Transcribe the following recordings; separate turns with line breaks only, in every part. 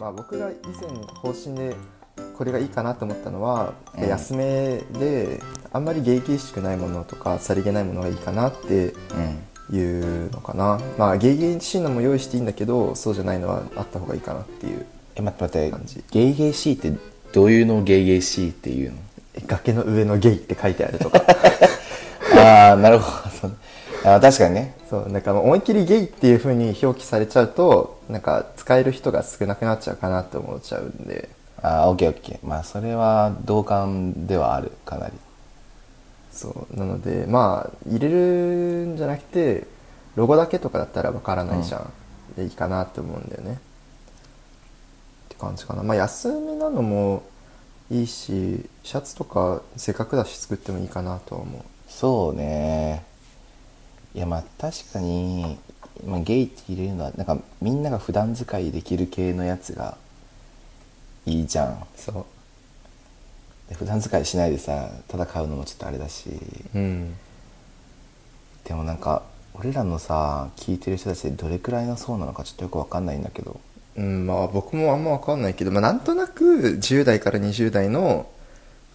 まあ、僕が以前方針でこれがいいかなと思ったのは、
うん
安めであんまり迎々しくないものとかさりげないものがいいかなって
うん
いうのかなまあ迎々しいのも用意していいんだけどそうじゃないのはあった方がいいかなっていう
え待って
感
待っ
じ
てゲイゲイシーってどういうのをゲイゲイシーっていうの
崖の上のゲイって書いてあるとか
ああなるほど あー確かにね
そうなんかもう思いっきりゲイっていう風に表記されちゃうとなんか使える人が少なくなっちゃうかなって思っちゃうんで
ああオッケーオッケーまあそれは同感ではあるかなり
そうなのでまあ入れるんじゃなくてロゴだけとかだったらわからないじゃん、でいいかなって思うんだよねって感じかなまあ安めなのもいいしシャツとかせっかくだし作ってもいいかなとは思う
そうねいやまあ確かに、まあ、ゲイって入れるのはなんかみんなが普段使いできる系のやつがいいじゃん
そ
で普段使いしないでさただ買うのもちょっとあれだし
ううん
でもなんか俺らのさ聞いてる人たちでどれくらいの層なのかちょっとよくわかんないんだけど
うんまあ僕もあんま分かんないけど、まあ、なんとなく10代から20代の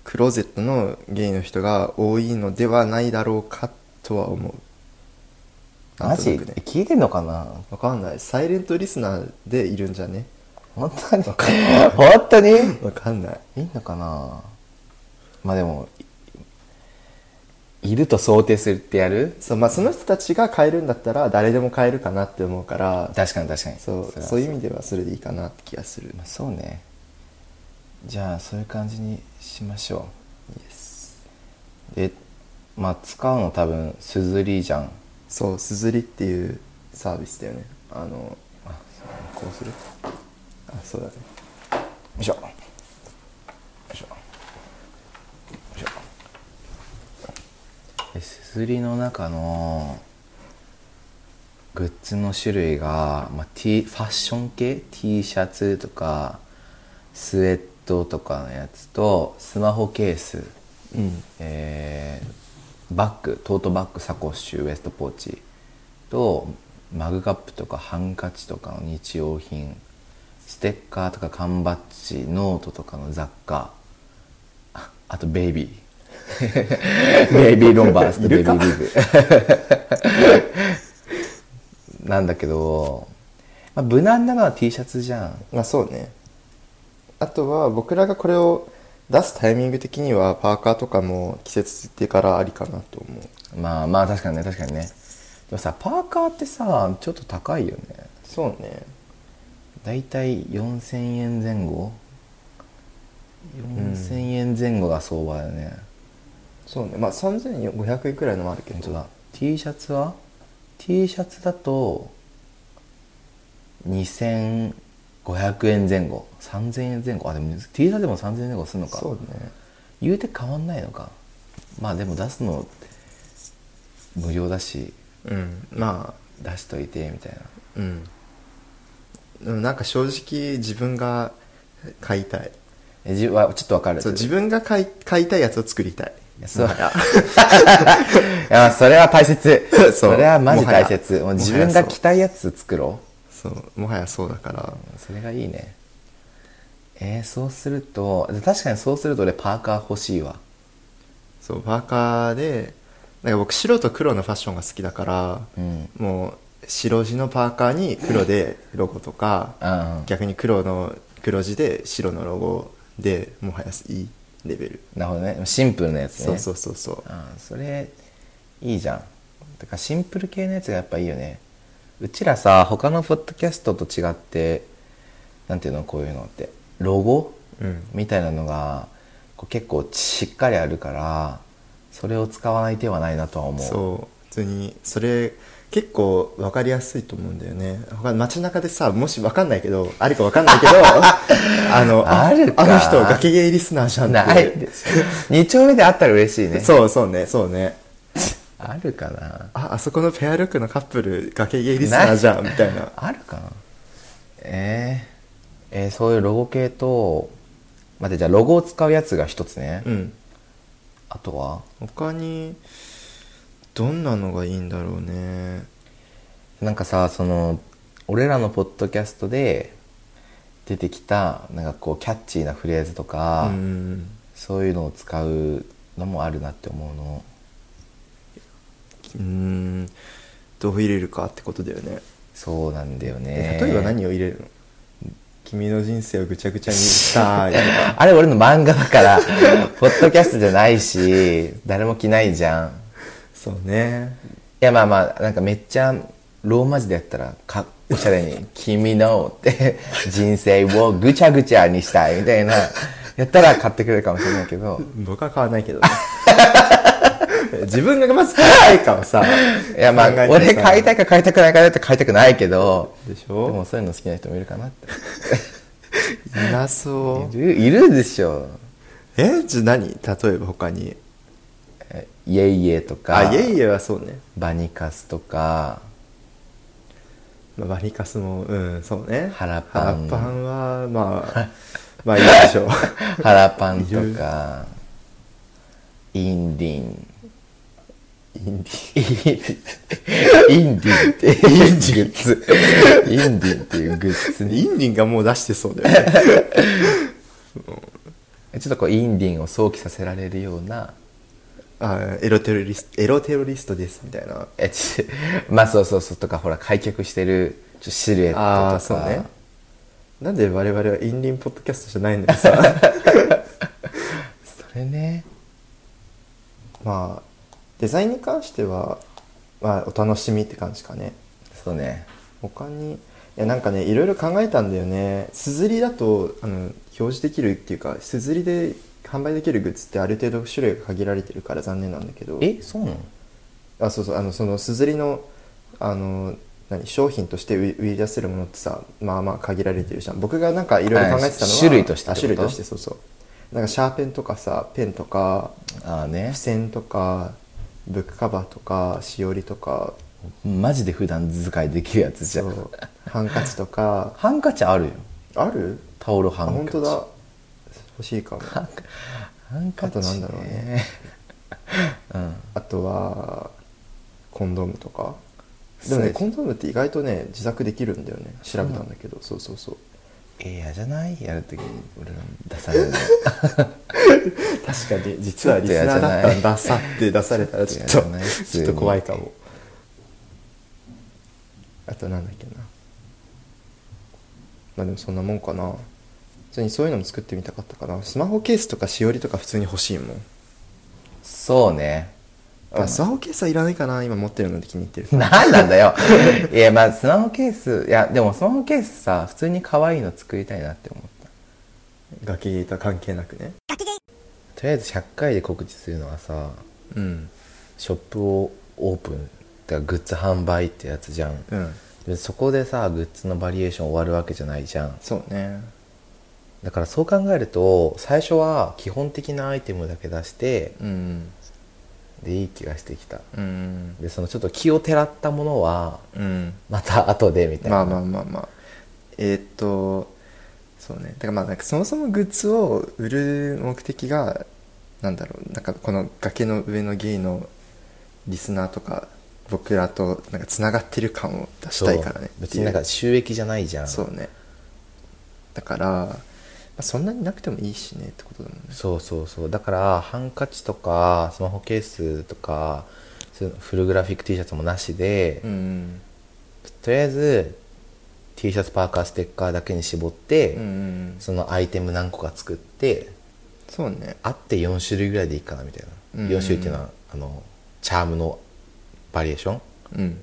クローゼットのゲイの人が多いのではないだろうかとは思うな
マ
んと
ジ、
なくね
え聞いてんのかな
わかんないサイレントリスナーでいるんじゃね
本当 に本当に
わかんない
いいのかなまあでもいいると想定するってやる
そう、まあ、その人たちが変えるんだったら誰でも変えるかなって思うから
確かに確かに
そう
れは
そういう意味ではそれでいいかなって気がする
まあそうねじゃあそういう感じにしましょうでまあ使うの多分すずりじゃん
そうすずりっていうサービスだよねあの
あそうこうするよ
あそうだね
いしょよいしょよいしょですずりの中のグッズの種類が、まあ、T ファッション系 T シャツとかスウェットとかのやつとスマホケース
うん
えーバッグトートバッグサコッシュウエストポーチとマグカップとかハンカチとかの日用品ステッカーとか缶バッジノートとかの雑貨ああとベイビーベイビーロンバースとベイビーリーブ なんだけど、まあ、無難なのは T シャツじゃん
まあそうねあとは僕らがこれを出すタイミング的にはパーカーとかも季節ってからありかなと思う
まあまあ確かにね確かにねでもさパーカーってさちょっと高いよね
そうね
大体4000円前後4000円前後が相場だよね、
そうねまあ3500円くらいのもあるけ
本当
ど
だ T シャツは T シャツだと2500円前後3000円前後あでも T シャツでも3000円前後するのか
そうね
言うて変わんないのかまあでも出すの無料だし
うんまあ
出しといてみたいな
うんでもなんか正直自分が買いたい
えじわちょっとわかる
そう自分が買い買いたいやつを作りたい
そう
もは や
いやそれは大切
そう
それはマジ
もは
大
や
切もう自
もは
分
やそう
が着たいやつ作ろ
そうもはやそうだから
うそれがいいねえー、そうすると確かにそうすると俺パーカー欲しいわ
そうパーカーでなんか僕白と黒のファッションが好きだから、
うん
もう白地のパーカーに黒でロゴとか
ああ
逆に黒の黒地で白のロゴでもはやいいレベル、
なるほどねシンプルなやつね
そうそうそうそう
ああそれいいじゃんだからシンプル系のやつがやっぱいいよねうちらさ他のポッドキャストと違ってなんていうのこういうのってロゴ、
うん
みたいなのがこう結構しっかりあるからそれを使わない手はないなとは思う
そう普通にそれ結構分かりやすいと思うんだよね他街中でさもし分かんないけどあるか分かんないけど あの
あるか
あの人ガケゲイリスナーじゃんって
ないです2丁目であったら嬉しいね
そうそうねそうね
あるかな
ああそこのペアルックのカップルガケゲイリスナーじゃんみたいな
あるかなえー、えーそういうロゴ系と待ってじゃあロゴを使うやつが一つね、
うん
あとは
他にどんなのがいいんだろうね
なんかさその俺らのポッドキャストで出てきたなんかこうキャッチーなフレーズとか、
うん
そういうのを使うのもあるなって思うの
うんどう入れるかってことだよね、
そうなんだよね
え例えば何を入れるの君の人生をぐちゃぐちゃにしたいとか
あれ俺の漫画だから ポッドキャストじゃないし誰も着ないじゃんい
そうね
やまあまあなんかめっちゃローマ字でやったらかおしゃれに「君の」って 人生をぐちゃぐちゃにしたいみたいなやったら買ってくれるかもしれないけど
僕は買わないけどね 自分がまず買いたいかをさ
いやまあ
考えてさ
俺買いたいか買いたくないかだって買いたくないけど
でし
で
ょ
もそういうの好きな人もいるかなって
いなそ
いるいるでしょ
うえじゃあ何例えば他に
えイエイエとか
あいえいえはそうね、
バニカスとか
まあ、バリカスもうんそうね
腹パン
腹パンはま あまあいいでしょう
腹パンとかインディンインディンインディンってイングッズインディンっていうグッズに
インディンがもう出してそうだよね
ちょっとこうインディンを想起させられるような
あエロテロリストエロテロリストですみたいな
えちまあそうそうそうとかほら開脚してるちょっとシルエットとか
ああそうねなんで我々はインディンポッドキャストじゃないのにさ
それね
まあデザインに関してはまあお楽しみって感じかね
そうね
他にいやなんかねいろいろ考えたんだよねすずりだとあの表示できるっていうかすずりで販売できるグッズってある程度種類が限られてるから残念なんだけど
えそうなの
あそうそうあのそのすずりのあの何商品として売り売り出せるものってさまあまあ限られてるじゃん僕がなんかいろいろ考えてたのは
あ種類として
あ
ってこと
種類としてそうそうなんかシャーペンとかさペンとか
ああね
付箋とかブックカバーとかしおりとか
マジで普段使いできるやつじゃ
そ
ん
うハンカチとか
ハンカチあるよ
ある
タオルハ
あ
ンカチ
本当だ欲しいかも
ハンカチ、
あとなんだろうね
うん
あとはコンドームとかで
そう
も
で
ね
す
コンドームって意外とね自作できるんだよね調べたんだけどそうそうそう
ええやじゃないやるときに俺ら出されるの
確かに実はリスナーだったんださって出されたらちょっ
ちょ
と
っとやだな普通
ちょ
に
っと怖いかもあとなんだっけなまあでもそんなもんかな普通にそういうのも作ってみたかったかなスマホケースとかしおりとか普通に欲しいもん
そうね
あスマホケースはいらないかな今持ってるので気に入ってる
なんなん だよいやまあスマホケースいやでもスマホケースさ普通に可愛いの作りたいなって思った
崖ゲーとは関係なくね
とりあえず100回で告知するのはさ
うん
ショップをオープンてかグッズ販売ってやつじゃん、
うん
でそこでさグッズのバリエーション終わるわけじゃないじゃん
そうね
だからそう考えると最初は基本的なアイテムだけ出して
うん
でいい気がしてきた
うん
でそのちょっと気をてらったものは
うん
また後でみたい
ま
な、
あまあまあまあえーっとそうねだからまあなんかそもそもグッズを売る目的がなんだろうなんかこの崖の上のゲイのリスナーとか僕らとなんかつながってる感を出したいからね
そう別になんか収益じゃないじゃん
そうねだから、まあ、そんなになくてもいいしねってことだもんね
そうそうそうだからハンカチとかスマホケースとかそういうのフルグラフィック T シャツもなしで、
うん
とりあえず T シャツパーカーステッカーだけに絞って、
うん
そのアイテム何個か作って
そうね
あって4種類ぐらいでいいかなみたいな、
うん
4種類っていうのはあのチャームのバリエーション
うん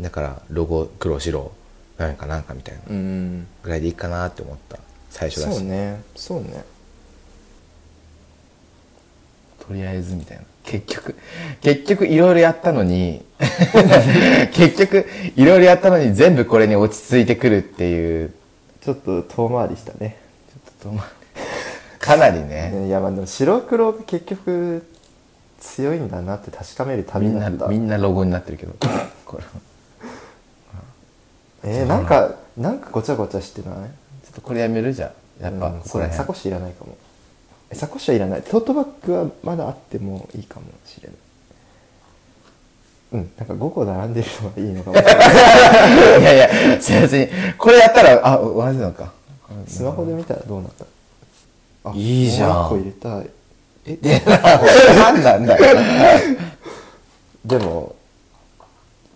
だからロゴ黒白なんかなんかみたいな
うん
ぐらいでいいかなって思った最初だし
そうねそうね
とりあえずみたいな結局結局いろいろやったのに 結局いろいろやったのに全部これに落ち着いてくるっていう
ちょっと遠回りしたね
ちょっとどうもかなりね
ねいやまあでも白黒が結局強いんだなって確かめる
み
旅
ん
だ
な
った
みんなロゴになってるけどこれ
えー、なんかなんかごちゃごちゃしてない
ちょっとこれやめるじゃんやっぱ
うん
こ
そ
こ
う
ら
ねサコ
辺
ッシュいらないかもえサコッシュはいらないトートバッグはまだあってもいいかもしれないうんなんか5個並んでる のがいいのかも
いやいや先生にこれやったらあ同じなのか
ス マホで見たらどうなったあ
いいじゃん
もう一個入れたいえで
で、なんなんだよ。
でも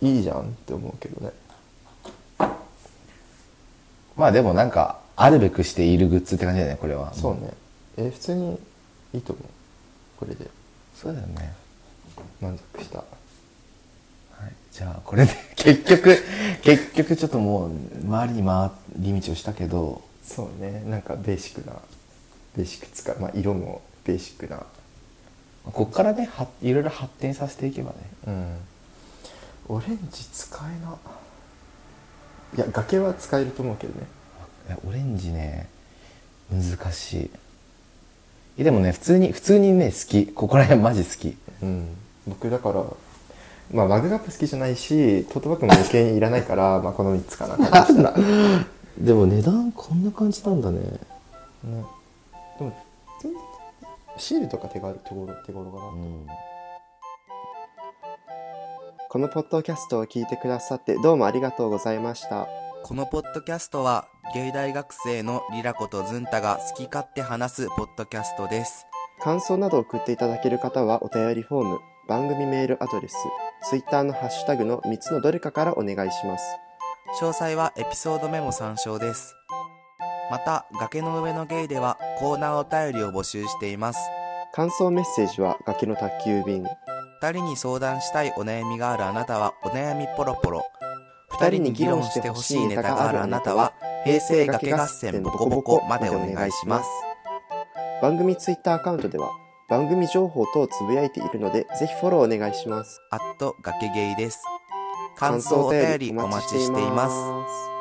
いいじゃんって思うけどね
まあでもなんか、あるべくしているグッズって感じだよね、これは。
そうねえ普通にいいと思うこれで
そうだよね。
満足した
はい。じゃあ、これで、 結局、結局ちょっともう、回りに回り道をしたけど、
そうねなんかベーシックなベーシック使うまあ色もベーシックな
こっからね、はいろいろ発展させていけばね。
うんオレンジ使えないや崖は使えると思うけどね
いやオレンジね、難しい。えでもね、普通に、普通にね、好き。ここら辺マジ好き。
うん僕だからまあマグカップ好きじゃないしトートバッグも余計にいらないからまあこの3つかなと思ってたね
でも値段こんな感じなんだね。
でも全然シールとか手軽手頃手頃かな、
うん。
このポッドキャストを聞いてくださってどうもありがとうございました
このポッドキャストは、ゲイ大学生のリラコとズンタが好き勝手話すポッドキャストです。
感想など送っていただける方はお便りフォーム番組メールアドレスツイッターのハッシュタグの3つのどれかからお願いします
詳細はエピソードメモ参照です。また、崖の上のゲイでは、コーナーお便りを募集しています。
感想メッセージは崖の宅急便
二人に相談したいお悩みがあるあなたは、お悩みポロポロ。
二人に議論してほしいネタがあるあなたは、
平成崖合戦ボコボコまでお願いします。
番組ツイッターアカウントでは番組情報等をつぶやいているのでぜひフォローお願いします
あっと崖ゲイです。感想お便りお待ちしています。
す